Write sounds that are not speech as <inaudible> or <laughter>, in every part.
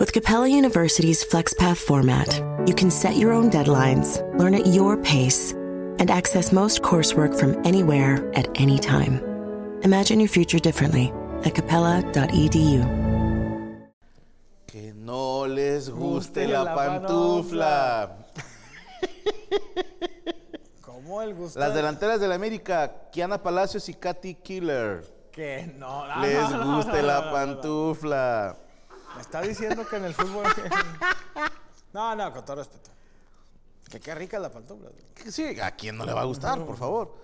With Capella University's FlexPath format, you can set your own deadlines, learn at your pace, and access most coursework from anywhere at any time. Imagine your future differently at E capella.edu. Que no les guste Guste la, la pantufla. ¿Cómo el gusto? Las de- delanteras del América, Kiana Palacios y Katy Killer. Que no, no, Les no, no, guste no, la <laughs> no, no, pantufla. no. Me está diciendo que en el fútbol. <laughs> no, no, con todo respeto. Que qué rica la pantufla. Que Sí, ¿a quién no le va a gustar, por favor?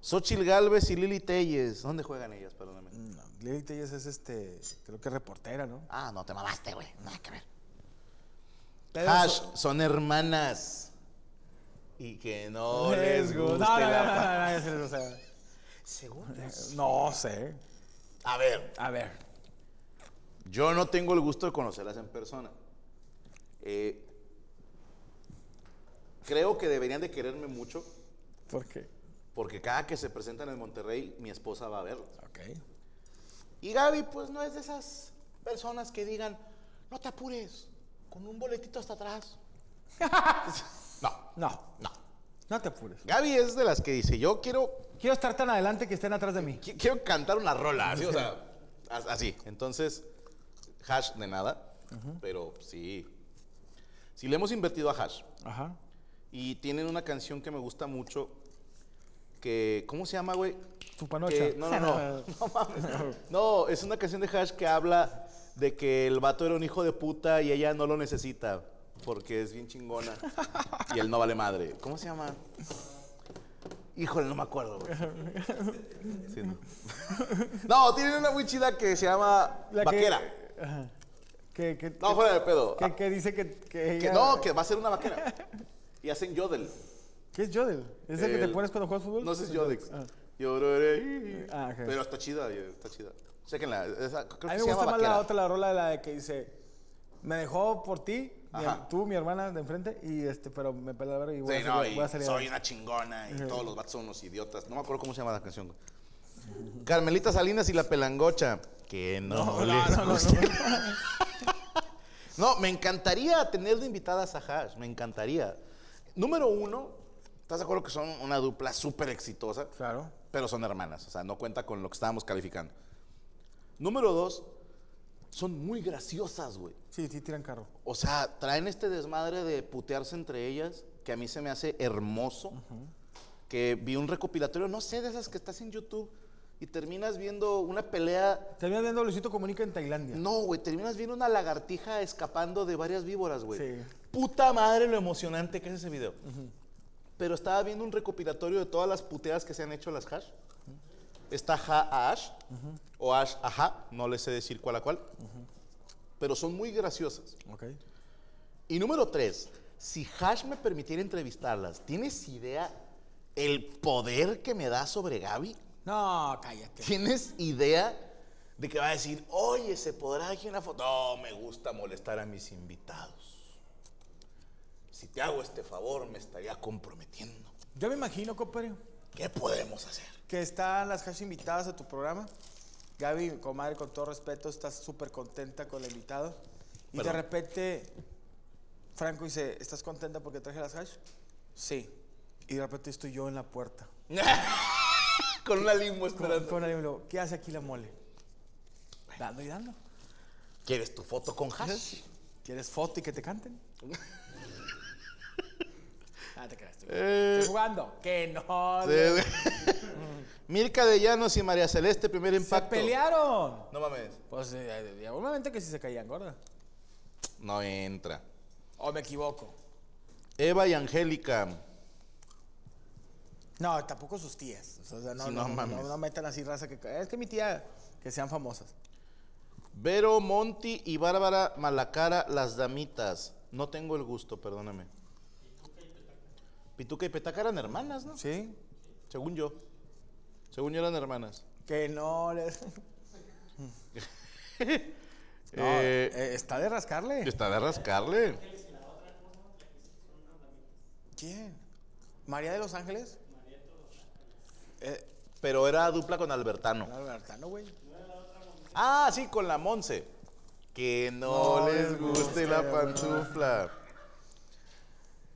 Xochil Galvez y Lili Telles. ¿Dónde juegan ellas? Perdóname. No, Lili Tellez es este, creo que reportera, ¿no? Ah, no, te mamaste, güey. Nada que ver. Pero Hash, so- son hermanas. Y que no les guste No, no, no, la no, pan- no, no, es- o sea, <laughs> no sé. A ver, A ver. yo no tengo el gusto de conocerlas en persona. Eh, creo que deberían de quererme mucho ¿Por qué? porque cada que se presentan en Monterrey, mi esposa va a verlas. Ok. Y Gaby, pues no es de esas personas que digan, no te apures, con un boletito hasta atrás. no, No, no. no te apures. Gaby es de las que dice, yo quiero, Quiero estar tan adelante que estén atrás de mí. qui- quiero cantar una rola, así, o sea, as- así. Entonces, hash de nada, pero sí. Si le hemos invertido a hash. Ajá. Y tienen una canción que me gusta mucho, que, ¿cómo se llama, güey? Supanocha. Que- no, no, no. No, mames. No, es una canción de Hash que habla de que el vato era un hijo de puta y ella no lo necesita porque es bien <laughs> chingona y él no vale madre. ¿Cómo se llama? Híjole, no me acuerdo. <laughs> güey. Sí, no. no, tienen una muy chida que se llama <laughs> La que- Vaquera. Que, que, No, fuera de pedo. Ah, que, que dice que. Que, Que ella- no, que va a ser una vaquera. Y hacen yodel. ¿Qué es Jodel? ¿Es el, que te El- pones cuando juegas fútbol? No sé si Yodex. Lloraré. Ah, ok. Pero está chida, yo- está chida. Chéquenla. Esa, creo que A mí me se llama gusta más la Vaquera. otra, la rola de la de que dice, me dejó por ti, mi- Ajá. tú, mi hermana de enfrente, y este, pero me pelé la verga y voy Sí, a no, salir, y voy a salir soy adelante". una chingona y todos los vatos son unos idiotas. No me acuerdo cómo se llama la canción. güey. Carmelita Salinas y la pelangocha. Que no, No, les no, no, guste. <laughs> no. No, me encantaría tener de invitadas a Hash, me encantaría. Número uno, ¿estás de acuerdo que son una dupla súper exitosa? Claro. Pero son hermanas, o sea, no cuenta con lo que estábamos calificando. Número dos, son muy graciosas, güey. Sí, sí, tiran carro. O sea, traen este desmadre de putearse entre ellas, que a mí se me hace hermoso. Que vi un recopilatorio, no sé, de esas que estás en YouTube y terminas viendo una pelea Terminas viendo a Luisito Comunica en Tailandia. no, güey, terminas viendo una lagartija escapando de varias víboras, güey. Sí. Puta madre lo emocionante que es ese video. Pero estaba viendo un recopilatorio de todas las puteadas que se han hecho las hash. Está ha a ash, o ash a ha, no le sé decir cuál a cuál. Pero son muy graciosas. Ok. Y número tres, si Hash me permitiera entrevistarlas, ¿tienes idea el poder que me da sobre Gaby? No, cállate. ¿Tienes idea de que va a decir, oye, ¿se podrá aquí una foto? No, me gusta molestar a mis invitados. Si te hago este favor, me estaría comprometiendo. Yo me imagino, compadre, ¿Qué podemos hacer? que están las hash invitadas a tu programa. Gaby, comadre, con todo respeto, estás súper contenta con la invitada. Y Perdón. de repente, Franco dice, ¿estás contenta porque traje las hash? Sí. Y de repente estoy yo en la puerta. Con una limo Con, esperando. con alguien, luego, ¿Qué hace aquí la mole? Dando y dando. ¿Quieres tu foto con Hash? ¿Quieres foto y que te canten? <laughs> ah, te creas. Estoy Eh, jugando. Que no. de- <laughs> Mirka de Llanos y María Celeste, primer Se impacto. pelearon. No mames. Pues eh, llegó un momento que sí se caían gorda. No entra. O me equivoco. Eva y Angélica. No, tampoco sus tías. O sea, no, Sí, no, no no, mames. no metan así raza que. Es que mi tía, que sean famosas. Vero, Monty y Bárbara Malacara, las damitas. No tengo el gusto, perdóname. Pituca y Petaca eran hermanas, ¿no? ¿Sí? Según yo. Según yo eran hermanas. Que no. le- <laughs> No, Eh, eh, está de rascarle. está de rascarle. ¿Quién? ¿María de los Ángeles? Eh, pero era dupla con Albertano. No, Albertano, güey. Ah, sí, con la Monse. Que no, No les les guste la pantufla.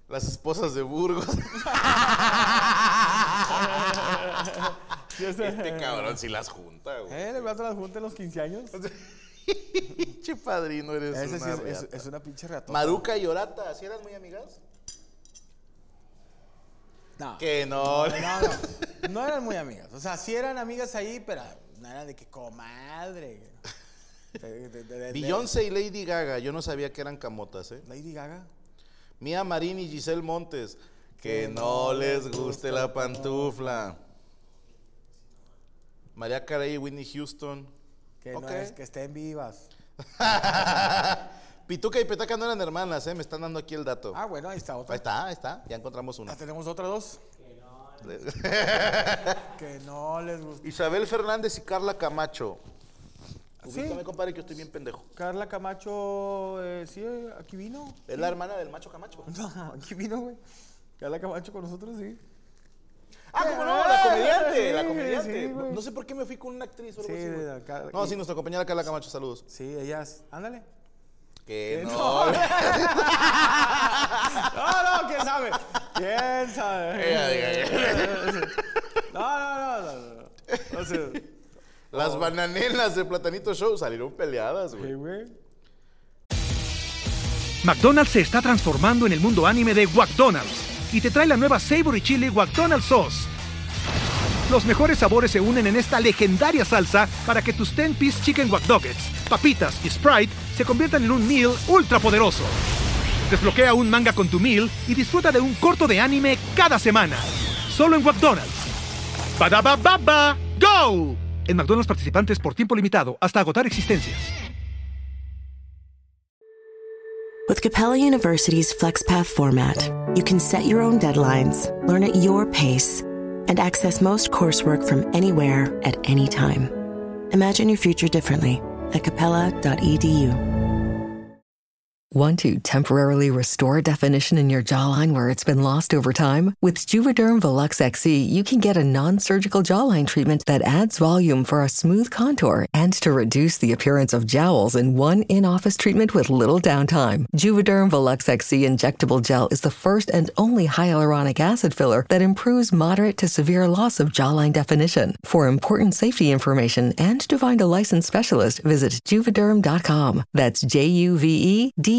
Las esposas de <laughs> Burgos. este cabrón sí las junta, güey. ¿Eh? ¿Le voy a la junta de los 15 años? Pinche padrino eres Ese una sí es, es- reata. es una pinche ratón. Maruca y Orata, ¿sí eran muy amigas? No. Que no. No, no. No eran muy amigas. O sea, sí eran amigas ahí, pero no eran de que comadre. De- de- de- de- Beyoncé y Lady Gaga, yo no sabía que eran camotas, ¿eh? Lady Gaga. Mía Marín y Giselle Montes, que no les guste la pantufla. María Carey y Whitney <laughs> Houston. Que Ok. no es que estén vivas. Pituca y Petaca no eran hermanas, ¿eh? Me están dando aquí el dato. Ah, bueno, ahí está otra. Ahí está, ahí está, ya encontramos Ya una. Ah, tenemos otra dos. Que no les gusta. Isabel Fernández y Carla Camacho. Sí. Ubícame, compadre, que yo estoy bien pendejo. Carla Camacho, eh, sí, eh, aquí vino. <laughs> Es la hermana del macho Camacho. No, aquí vino, güey. Carla Camacho con nosotros, sí. Ah, ¿cómo no? La comediante, Sí, la comediante. sí, güey. no sé por qué me fui con una actriz o algo Sí, así, güey. la Carla- No, sí, nuestra compañera Carla Camacho, saludos. Sí, ellas. Ándale. <laughs> Que no. no. No, no, ¿quién sabe? ¿Quién <laughs> Ella, sabe? ella, ella. No, no, no, no, <laughs> no. O sea, Las bananelas de Platanito Show salieron peleadas, güey. ¿qué, güey? McDonald's se está transformando en el mundo anime de McDonald's y te trae la nueva Savory Chili McDonald's Sauce. Los mejores sabores se unen en esta legendaria salsa para que tus 10-piece chicken wack doggets, papitas y Sprite se conviertan en un meal ultra poderoso. Desbloquea un manga con tu meal y disfruta de un corto de anime cada semana. Solo en McDonald's. ba baba go! En McDonald's participantes por tiempo limitado hasta agotar existencias. With Capella University's FlexPath format, you can set your own deadlines, learn at your pace, and access most coursework from anywhere at any time. Imagine your future differently at E capella.edu. Want to temporarily restore definition in your jawline where it's been lost over time? With Juvederm Volux XC, you can get a non-surgical jawline treatment that adds volume for a smooth contour and to reduce the appearance of jowls in one in-office treatment with little downtime. Juvederm Volux XC injectable gel is the first and only hyaluronic acid filler that improves moderate to severe loss of jawline definition. For important safety information and to find a licensed specialist, visit juvederm.com. That's J U V E D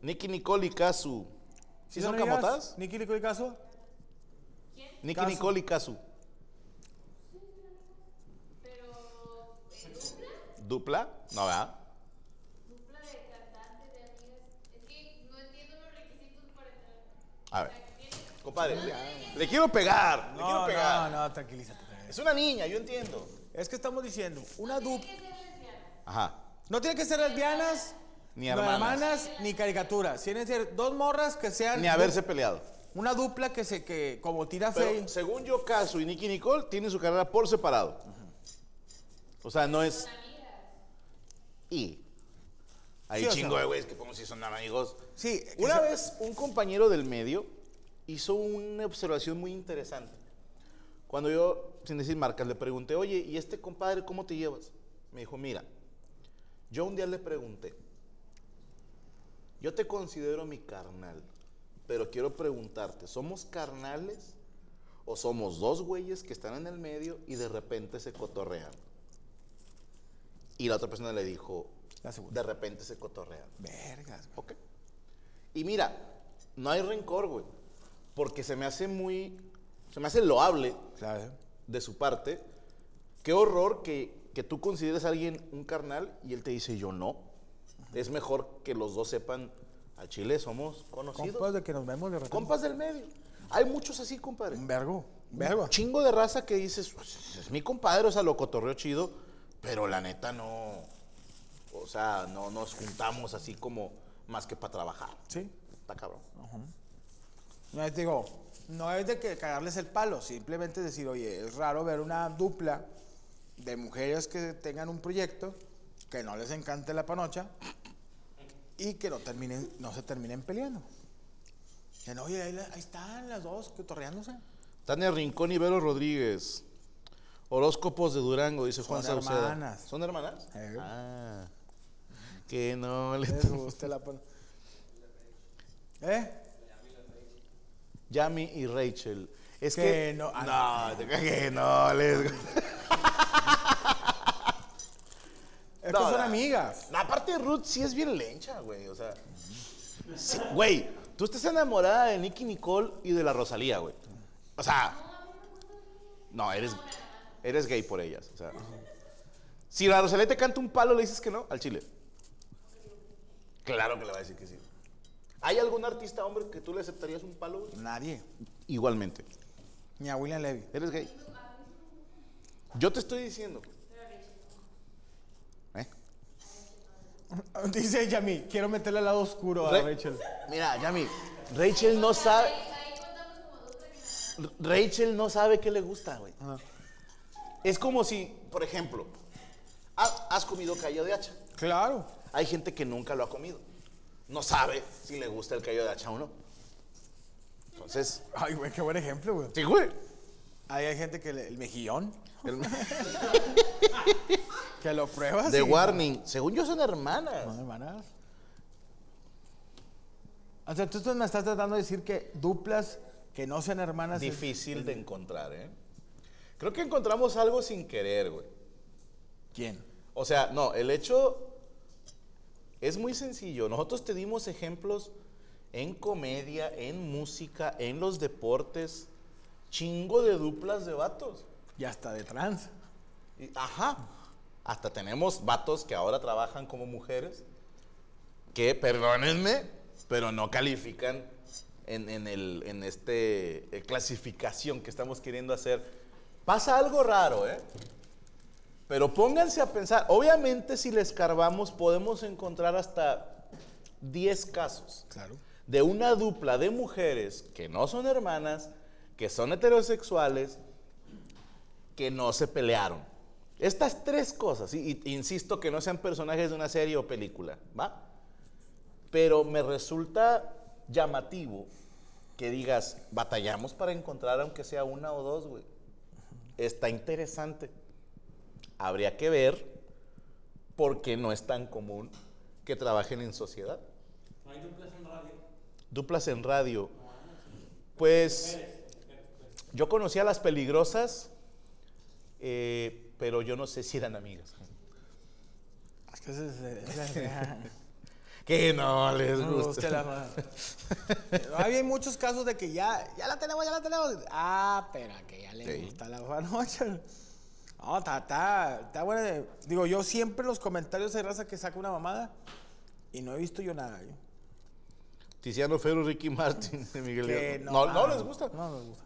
Nicky Nicole y Casu. ¿Sí son amigas? camotas? ¿Niki Nico y Caso? Nicky Casu. Nicole y Casu. ¿Dupla? No, ¿verdad? A ver. Compadre, le, le quiero pegar. le quiero No, no, pegar. no, tranquilízate. tranquilízate. Es una niña, yo entiendo. Es que estamos diciendo, una dupla. Ajá. No tiene que ser lesbianas, Ni hermanas. no hermanas, ni caricaturas. Tienen que ser dos morras que sean. Ni haberse peleado. Una dupla que se que como tira fe. Pero según yo, Casu y Nicky Nicole tienen su carrera por separado. O sea, no es. Y. Hay Sí, o chingo sea. de güeyes que como si son amigos. Sí, que Una se- vez un compañero del medio hizo una observación muy interesante. Cuando yo, sin decir marcas, le pregunté, oye, ¿y este compadre cómo te llevas? Me dijo, mira, yo un día le pregunté, yo te considero mi carnal, pero quiero preguntarte, ¿somos carnales o somos dos güeyes que están en el medio y de repente se cotorrean? Y la otra persona le dijo, La segunda. de repente se cotorrean. Vergas, Ok. güey. Y mira, no hay rencor, güey. Porque se me hace muy. Se me hace loable Claro. de su parte. Qué horror que, que tú consideres a alguien un carnal y él te dice yo no. Es mejor que los dos sepan. Al Chile somos conocidos. Compas de que nos vemos de repente. Compas del medio. Hay muchos así, compadre. Un vergo. Un vergo. Chingo de raza que dices, "Pues, es mi compadre, o sea, lo cotorreo chido, pero la neta no. O sea, no nos juntamos así como más que para trabajar. Sí. Está cabrón. No es, digo, no es de que cagarles el palo, simplemente decir, oye, es raro ver una dupla de mujeres que tengan un proyecto, que no les encante la panocha y que no, terminen, no se terminen peleando. Dicen, oye, ahí, la- ahí están las dos cotorreándose. Tania Rincón y Vero Rodríguez. Horóscopos de Durango, dice Juan Son Sauceda. hermanas. ¿Son hermanas? Eh. Ah. Que no le. Les gusta la panocha. ¿Eh? Yami y Rachel. Es que. Que no- ah, No, que no les. Es No, que son la- amigas. No, aparte Ruth sí es bien lencha, güey. O sea. sí, güey, tú estás enamorada de Nicky Nicole y de la Rosalía, güey. O sea. No, eres, eres gay por ellas. O sea. Si la Rosalía te canta un palo, le dices que no al chile. Claro que le va a decir que sí. ¿Hay algún artista hombre que tú le aceptarías un palo, güey? Nadie. Igualmente. Ni a William Levy. Eres gay. Yo te estoy diciendo. ¿Eh? <laughs> Dice Yami, quiero meterle al lado oscuro a Re- Rachel. Mira, Yami, Rachel no sabe. R- Rachel no sabe qué le gusta, güey. Es como si, por ejemplo, ha- has comido callo de hacha. Claro. Hay gente que nunca lo ha comido. No sabe si le gusta el callo de hacha o no. Entonces, Ay, güey, qué buen ejemplo, güey. sí, güey. Ahí hay gente que le- el mejillón, El- <laughs> que lo pruebas. The y- warning. Según yo son No, hermanas. hermanas. O sea, tú tú me estás tratando de decir que duplas que no sean hermanas. es- Difícil de encontrar, ¿eh? Creo que encontramos algo sin querer, güey. ¿Quién? O sea, no, el hecho es muy sencillo. Nosotros te dimos ejemplos en comedia, en música, en los deportes, chingo de duplas de vatos. Y hasta de trans. Y- Ajá. Hasta tenemos vatos que ahora trabajan como mujeres, que perdónenme, pero no califican en, en el, en este eh, clasificación que estamos queriendo hacer. Pasa algo raro, ¿eh? Pero pónganse a pensar, obviamente si le escarbamos podemos encontrar hasta 10 casos Claro. de una dupla de mujeres que no son hermanas, que son heterosexuales, que no se pelearon. Estas tres cosas, y, y- insisto que no sean personajes de una serie o película, ¿va? Pero me resulta llamativo que digas, batallamos para encontrar aunque sea una o dos, güey. Está interesante. Habría que ver por qué no es tan común que trabajen en sociedad. Duplas en radio. Pues yo conocí a las peligrosas, eh, pero yo no sé si eran amigas. Es que ese es- ese es- <laughs> Que no les no me gusta gusta. <laughs> la mano. Había muchos casos de que ya, ya la tenemos, ya la tenemos. Ah, pero que ya le Sí. gusta la noche. No, está, está, está bueno. de- Digo, yo siempre en los comentarios hay raza que saca una mamada y no he visto yo nada. ¿eh? Tiziano Ferro, Ricky Martin, <laughs> de Miguel Que León. no, no, mames. les gusta. No, no les gusta.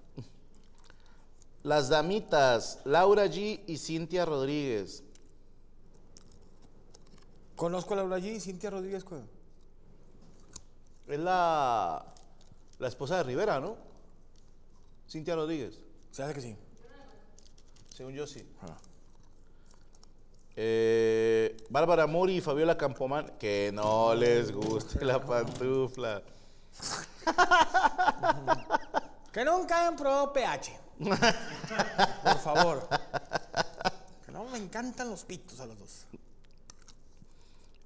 Las damitas, Laura G y Cintia Rodríguez. Conozco a Laura G y Cintia Rodríguez. güey. Es la, la esposa de Rivera, ¿no? Cintia Rodríguez. Se hace que sí. Según yo sí. Ah. Eh, Bárbara Mori y Fabiola Campomán, que no les guste la pantufla. Que nunca hayan <laughs> probado PH. Por favor. Que no me encantan los pitos a los dos.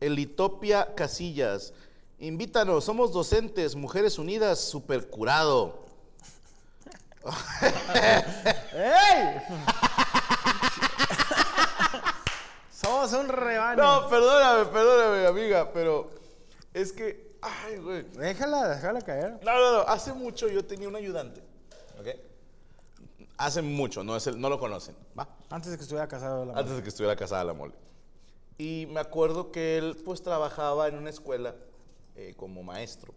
Elitopia Casillas. Invítanos, somos docentes, Mujeres Unidas, supercurado. ¡Ey! <laughs> Somos un rebano. No, perdóname, perdóname, amiga, pero es que, ay, güey. Déjala, déjala caer. No, no, no, hace mucho yo tenía un ayudante, ¿ok? Hace mucho, no, es el- no lo conocen, ¿va? Antes de que estuviera casado la Antes de que estuviera casada la mole. Y me acuerdo que él pues trabajaba en una escuela eh, como maestro.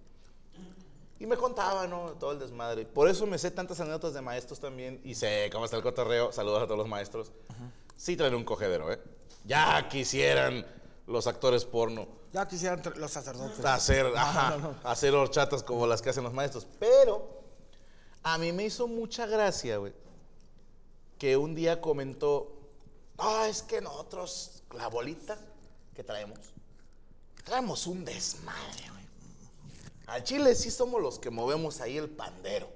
Y me contaba, ¿no? Todo el desmadre. Por eso me sé tantas anécdotas de maestros también. Y sé cómo está el cotorreo. Saludos a todos los maestros. Sí traen un cogedero, ¿eh? Ya quisieran los actores porno Ya quisieran tr- los sacerdotes. hacer, ajá, hacer horchatas como las que hacen los maestros. Pero a mí me hizo mucha gracia, güey, que un día comentó, ah, es que nosotros, la bolita que traemos, traemos un desmadre, güey. Al Chile sí somos los que movemos ahí el pandero.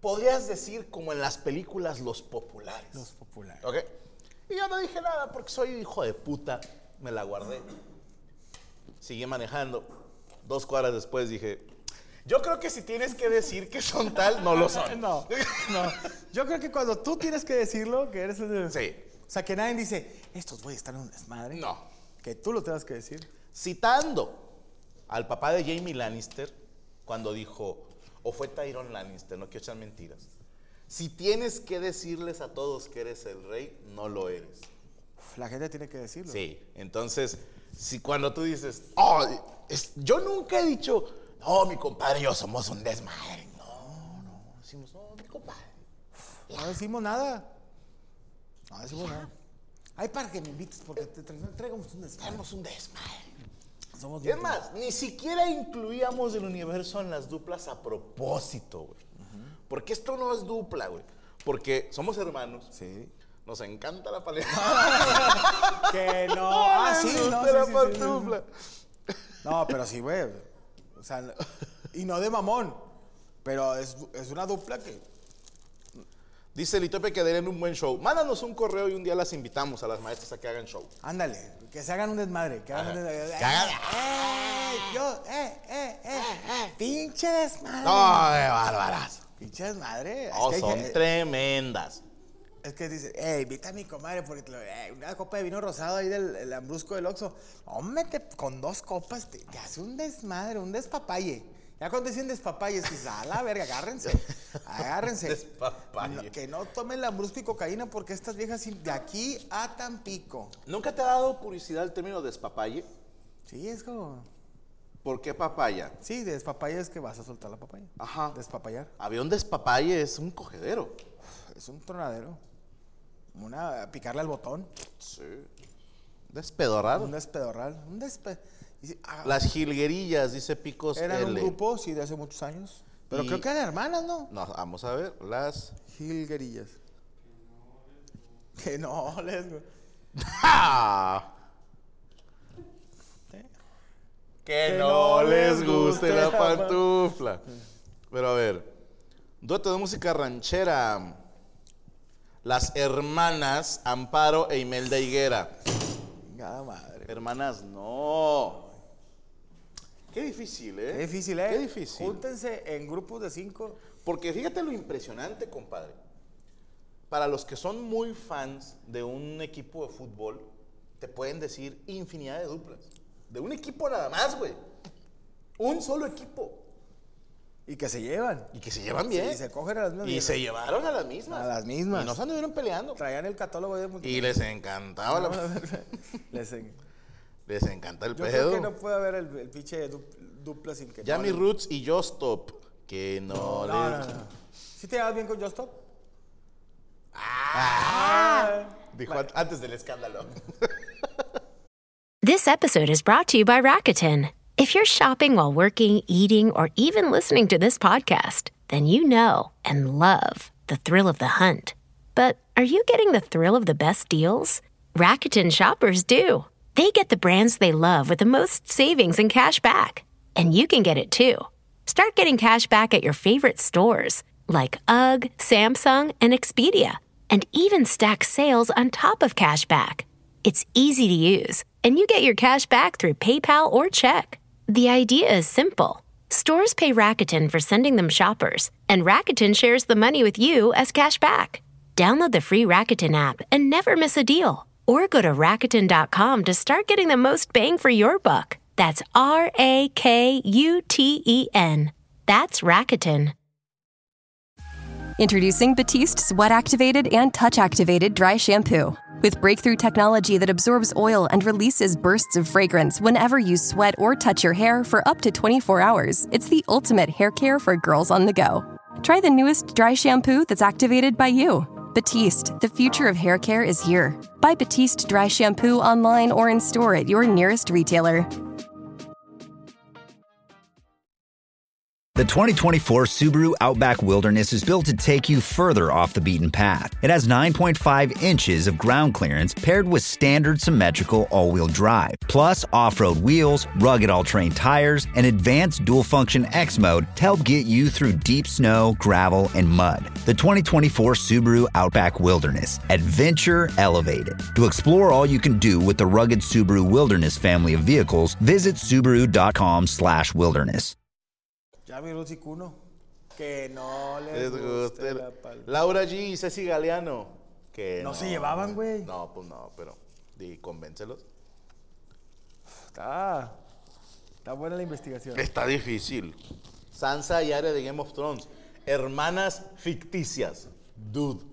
Podrías decir como en las películas los populares. Los populares. ¿Ok? Y yo no dije nada porque soy hijo de puta. Me la guardé. Seguí manejando. Dos cuadras después dije, yo creo que si tienes que decir que son tal, no lo son. <laughs> No, no. Yo creo que cuando tú tienes que decirlo, que eres el de- Sí. O sea, que nadie dice, estos güeyes están en un desmadre. No. Que tú lo tengas que decir. Citando al papá de Jamie Lannister, cuando dijo, o fue Tyron Lannister, no quiero echar mentiras. Si tienes que decirles a todos que eres el rey, no lo eres. Uf, La gente tiene que decirlo. Sí, entonces, si cuando tú dices, oh, es- yo nunca he dicho, oh, mi compadre y yo somos un desmadre. No, no, decimos, oh, mi compadre. No decimos nada. No decimos nada. Ay, para que me invites, porque te tra- traigamos un desmadre. Somos un desmadre. Somos Y es más, ni siquiera incluíamos el universo en las duplas a propósito, güey. Porque esto no es dupla, güey. Porque somos hermanos. Sí. Nos encanta la paleta. Que no. <laughs> <laughs> ah, sí, Nos no, gusta sí, la sí, sí, sí, sí. pantufla. No, pero sí, güey. O sea, no- y no de mamón. Pero es, es una dupla que. Dice Litope que den un buen show. Mándanos un correo y un día las invitamos a las maestras a que hagan show. Ándale, que se hagan un desmadre. Que hagan un desmadre. Que hagan- ¡Eh! Yo, eh, eh, eh. Pinche desmadre. ¡No, de bárbaras! Pinche desmadre. Oh, es, que, son hay- tremendas. es que dice, eh, invita a mi comadre porque te lo- eh, una copa de vino rosado ahí del el ambrusco del Oxxo. Hombre, te- con dos copas te, te hace un desmadre, un despapalle. Ya cuando dicen despapalle, es que, a la <laughs> verga, agárrense. Agárrense. Despapalle. No, que no tomen lambrusco y cocaína porque estas viejas sí, de aquí a Tampico. ¿Nunca te ha dado curiosidad el término despapalle? Sí, es como. ¿Por qué papaya? Sí, despapalle es que vas a soltar la papaya. Ajá. Despapallar. Había un despapalle, es un cogedero. Es un tronadero. Una, picarle al botón. Sí. Despedorrado. Un despedorral. Un despe. y si- ah, Las jilguerillas, dice Picos Eran L. un grupo, sí, de hace muchos años. pues, Pero Y- creo que eran hermanas, ¿no? No, vamos a ver, las... Gilguerillas. Que no, <laughs> les. ¡Ah! ¿Eh? Que no les guste la <laughs> Mm. pantufla. Pero a ver, dueto de música ranchera. Las hermanas Amparo e Imelda Higuera. Chingada madre. Hermanas, no. Qué difícil, ¿eh? Qué difícil, ¿eh? Qué difícil. Júntense en grupos de cinco. Porque fíjate lo impresionante, compadre. Para los que son muy fans de un equipo de fútbol, te pueden decir infinidad de duplas. De un equipo nada más, güey. Un solo equipo. Y que se llevan. Y que se llevan bien. Y se cogen a las mismas. Y se llevaron a las mismas. A las mismas. Y no se anduvieron peleando. Traían el catálogo de multi- Y les encantaba la- <laughs> <laughs> Les en- Les encanta el Yo creo pedo. que no puede haber el, el pinche du- dupla sin que. no Yami le- Roots y Yo Stop. Que no, No, les- no, no. ¿Sí te llevas bien con Justop? Dijo an- antes del escándalo. This episode is brought to you by Rakuten. If you're shopping while working, eating, or even listening to this podcast, then you know and love the thrill of the hunt. But are you getting the thrill of the best deals? Rakuten shoppers do. They get the brands they love with the most savings and cash back. And you can get it too. Start getting cash back at your favorite stores like UGG, Samsung, and Expedia, and even stack sales on top of cash back. It's easy to use, and you get your cash back through PayPal or check. The idea is simple. Stores pay Rakuten for sending them shoppers, and Rakuten shares the money with you as cash back. Download the free Rakuten app and never miss a deal. Or go to Rakuten.com to start getting the most bang for your buck. That's R A K U T E N. That's Rakuten. Introducing Batiste Sweat Activated and Touch Activated Dry Shampoo. With breakthrough technology that absorbs oil and releases bursts of fragrance whenever you sweat or touch your hair for up to 24 hours, it's the ultimate hair care for girls on the go. Try the newest dry shampoo that's activated by you. Batiste, the future of hair care is here. Buy Batiste Dry Shampoo online or in store at your nearest retailer. The 2024 Subaru Outback Wilderness is built to take you further off the beaten path. It has 9.5 inches of ground clearance paired with standard symmetrical all wheel drive, plus off road wheels, rugged all terrain tires, and advanced dual function X mode to help get you through deep snow, gravel, and mud. The 2024 Subaru Outback Wilderness Adventure Elevated. To explore all you can do with the rugged Subaru Wilderness family of vehicles, visit Subaru.com/slash wilderness. Ya mi Ruth y Cuno. Que no <laughs> Les les, guste guste la la- palma. Laura G y Ceci Galeano. Que No se llevaban, güey. No, pues no, pero. Y convéncelos. Está, está buena la investigación. Está difícil. Sansa y Arya de Game of Thrones. Hermanas ficticias. Dude.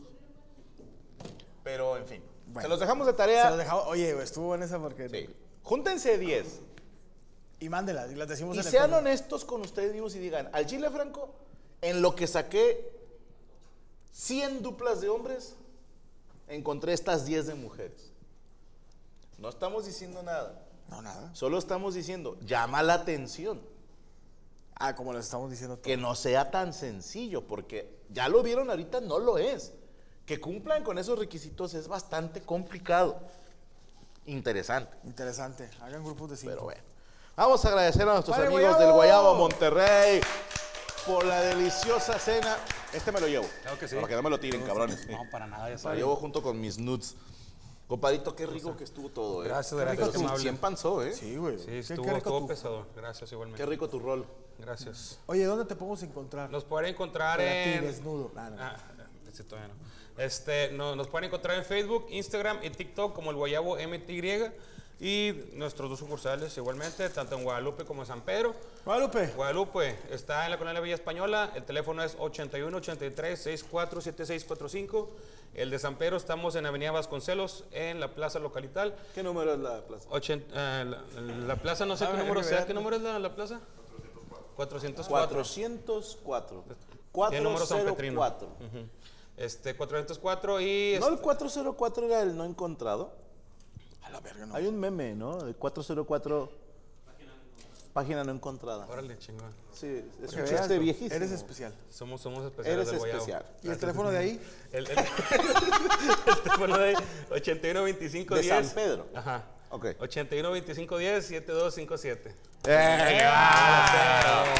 Pero, en fin. se los dejamos de <laughs> Se los tarea. dejaba- oye, güey, estuvo buena esa porque... Sí. Júntense 10. Y mándelas, y las decimos Y en el sean programa. honestos con ustedes mismos y digan, al Chile Franco, en lo que saqué 100 duplas de hombres, encontré estas 10 de mujeres. No estamos diciendo nada, No, nada. solo estamos diciendo, llama la atención, Ah, como les estamos diciendo todo. que no sea tan sencillo, porque ya lo vieron ahorita, no lo es. Que cumplan con esos requisitos es bastante complicado. Interesante. Interesante. Hagan grupos de cinco. Pero bueno. Vamos a agradecer a nuestros ¡Vale, amigos del Guayabo! Guayabo Monterrey por la deliciosa cena. Este me lo llevo. Claro que sí. Para que no me lo tiren, cabrones. No, para nada, ya Me lo sabes. llevo junto con mis nuts. Compadito, qué rico que estuvo todo, eh. Gracias, gracias, Pero qué amable. sí panzó, eh. Sí, güey. Sí, Qué- qué estuvo, rico estuvo tu- pesado. Gracias Qué igualmente. rico tu rol. Gracias. Oye, ¿dónde te podemos encontrar? Nos pueden encontrar Para ti, en... desnudo. Ah, no. Ah, sí, todavía no. Este, no, nos pueden encontrar en Facebook, Instagram y TikTok como el Guayabo MTY y nuestros dos sucursales igualmente, tanto en Guadalupe como en San Pedro. Guadalupe. Guadalupe está en la colonia Villa Española, el teléfono es 81 83 64 7645. El de San Pedro estamos en Avenida Vasconcelos, en la plaza localital. ¿Qué número es la plaza? Ochen- ah, la, la plaza, no sé Ah, qué número qué sea, verdad. ¿qué número es la, la plaza? 404. 404. Tiene número San Petrino. 404. Ujú. Este, 404 y... ¿No este- el 404 era el no encontrado? A la verga, no. Hay un meme, ¿no? De 404. Página no encontrada. Órale, chingón. Sí, es un Veas, chiste güey, viejísimo. Eres especial. Somos, somos especiales Eres del Guayabo. especial. ¿Y el teléfono de ahí? <laughs> El, el- el teléfono de 81 25 De 10. San Pedro. Ajá. Ok. 81 25 10 7257. ¡Eh, qué bárbaro!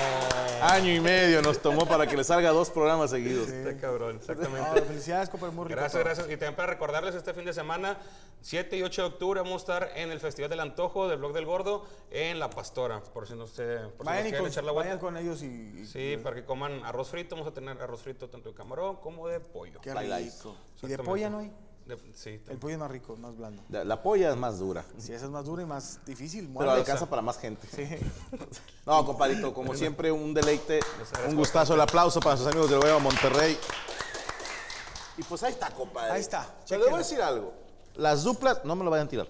Año y medio nos tomó para que le salga dos programas seguidos. Está cabrón, No, exactamente. Ah, felicidades, compadre, muy rico Gracias, todo. gracias. Y también para recordarles, este fin de semana, 7 y 8 de octubre, vamos a estar en el Festival del Antojo del Blog del Gordo en La Pastora, por si no se por si nos Vayan, y quieren con, echar la vayan vuelta. con ellos y... y- Sí, para que coman arroz frito, vamos a tener arroz frito tanto de camarón como de pollo. Qué Bailáis. rico. ¿Y de polla no hay? De- sí, también. El pollo es más rico, más blando. La, la polla es más dura, Sí, esa es más dura y más difícil. pero muérdela. alcanza para más gente. <laughs> No, compadrito, como siempre, un deleite, un gustazo, el aplauso para sus amigos del Huevo Monterrey. Y pues ahí está, compadre. Ahí está, Pero le voy chéquelo. a decir algo. Las duplas, no me lo vayan a tirar.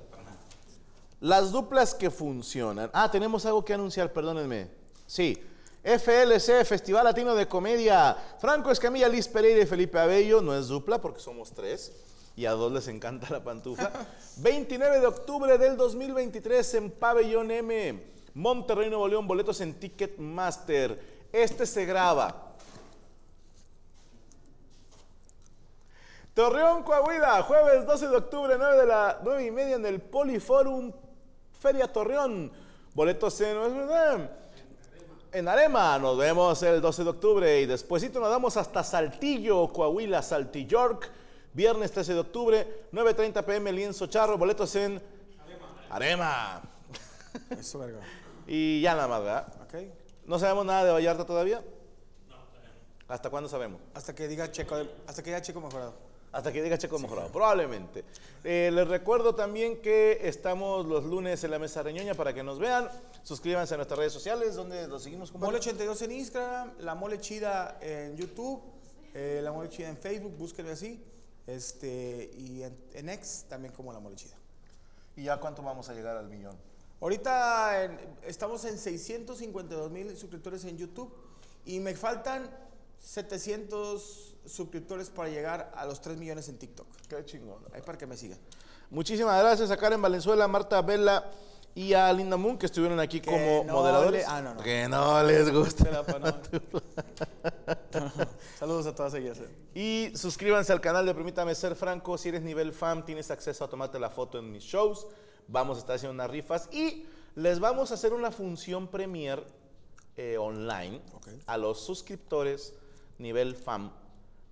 Las duplas que funcionan. Ah, tenemos algo que anunciar, perdónenme. Sí. FLC, Festival Latino de Comedia. Franco Escamilla, Liz Pereira y Felipe Abello. No es dupla porque somos tres. Y a dos les encanta la <laughs> pantufa. 29 de octubre del 2023 en Pabellón M. Monterrey, Nuevo León. Boletos en Ticketmaster. Este se graba Torreón, Coahuila, jueves 12 de octubre, 9 de la 9 y media en el Poliforum Feria Torreón. Boletos en... En Arema nos vemos el 12 de octubre y despuesito nos damos hasta Saltillo, Coahuila, Saltillork. Viernes 13 de octubre, 9.30 pm, Lienzo Charro, boletos en Arema. Eso, verga. Y ya nada más, ¿verdad? ¿Ok? ¿No sabemos nada de Vallarta todavía? No, ¿Hasta cuándo sabemos? Hasta que diga Checo, hasta que diga Checo mejorado. Hasta que diga Checo Mejorado, probablemente. Eh, les recuerdo también que estamos los lunes en la Mesa Reñoña para que nos vean. Suscríbanse a nuestras redes sociales, donde los seguimos como... Mole82 en Instagram, La Mole Chida en YouTube, eh, La Mole Chida en Facebook, búsquenme así. Este, y en, en X también como La Mole Chida. ¿Y ya cuánto vamos a llegar al millón? Ahorita en- estamos en 652 mil suscriptores en YouTube y me faltan 700 suscriptores para llegar a los 3 millones en TikTok. Qué chingón. Ahí para que me sigan. Muchísimas gracias a Karen Valenzuela, a Marta Vela y a Linda Moon que estuvieron aquí como no moderadores. le- ah, no, no. Que no les gusta. Saludos a todas ellas. eh. Y suscríbanse al canal de Permítame Ser Franco. Si eres nivel fan, tienes acceso a tomarte la foto en mis shows. Vamos a estar haciendo unas rifas y les vamos a hacer una función premier eh, online a los suscriptores nivel fan.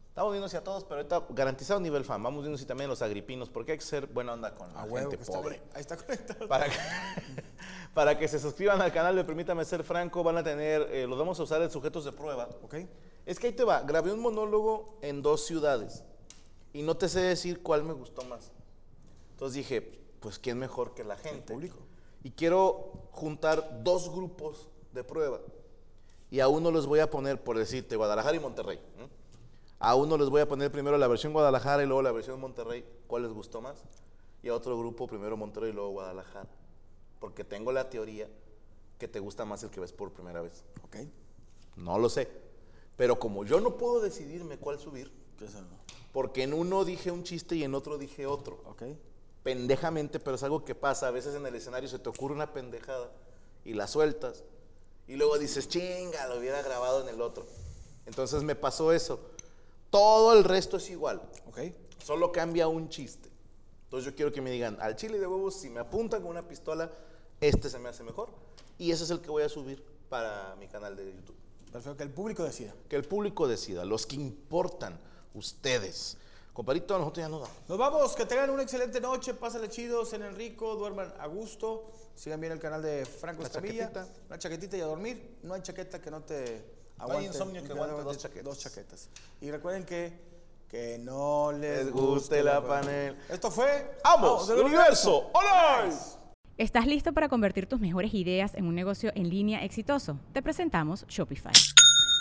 Estamos viendo si a todos, pero ahorita garantizado nivel fan. Vamos viendo si también a los agripinos, porque hay que ser buena onda con la gente pobre. Ahí está <laughs> conectado. para que, <laughs> para que se suscriban al canal de Permítame Ser Franco, van a tener, eh, los vamos a usar en sujetos de prueba. ¿Ok? Es que ahí te va, grabé un monólogo en dos ciudades y no te sé decir cuál me gustó más. Entonces dije, pues quién mejor que la gente. público. Y quiero juntar dos grupos de prueba. Y a uno les voy a poner, por decirte, Guadalajara y Monterrey. ¿m? A uno les voy a poner primero la versión Guadalajara y luego la versión Monterrey, cuál les gustó más. Y a otro grupo primero Monterrey y luego Guadalajara. Porque tengo la teoría que te gusta más el que ves por primera vez. ¿Ok? No lo sé. Pero como yo no puedo decidirme cuál subir, ¿Qué es eso? porque en uno dije un chiste y en otro dije otro. ¿Ok? Pendejamente, pero es algo que pasa. A veces en el escenario se te ocurre una pendejada y la sueltas. Y luego dices, chinga, lo hubiera grabado en el otro. Entonces me pasó eso. Todo el resto es igual. ¿Ok? Solo cambia un chiste. Entonces yo quiero que me digan, al chile de huevos, si me apuntan con una pistola, este se me hace mejor. Y ese es el que voy a subir para mi canal de YouTube. Perfecto, que el público decida. Que el público decida, los que importan, ustedes. Comparito, nosotros ya no damos. Nos vamos, que tengan una excelente noche, pásenle chido, cenen rico, duerman a gusto, sigan bien el canal de Franco Una Escamilla, chaquetita. una chaquetita y a dormir, no hay chaqueta que no te aguante. insomnio que no aguante aguante dos chaquetas. dos chaquetas. Y recuerden que, que no les, Les guste la panel. Esto fue ¡Amos del universo! ¡Hola! ¿Estás listo para convertir tus mejores ideas en un negocio en línea exitoso? Te presentamos Shopify.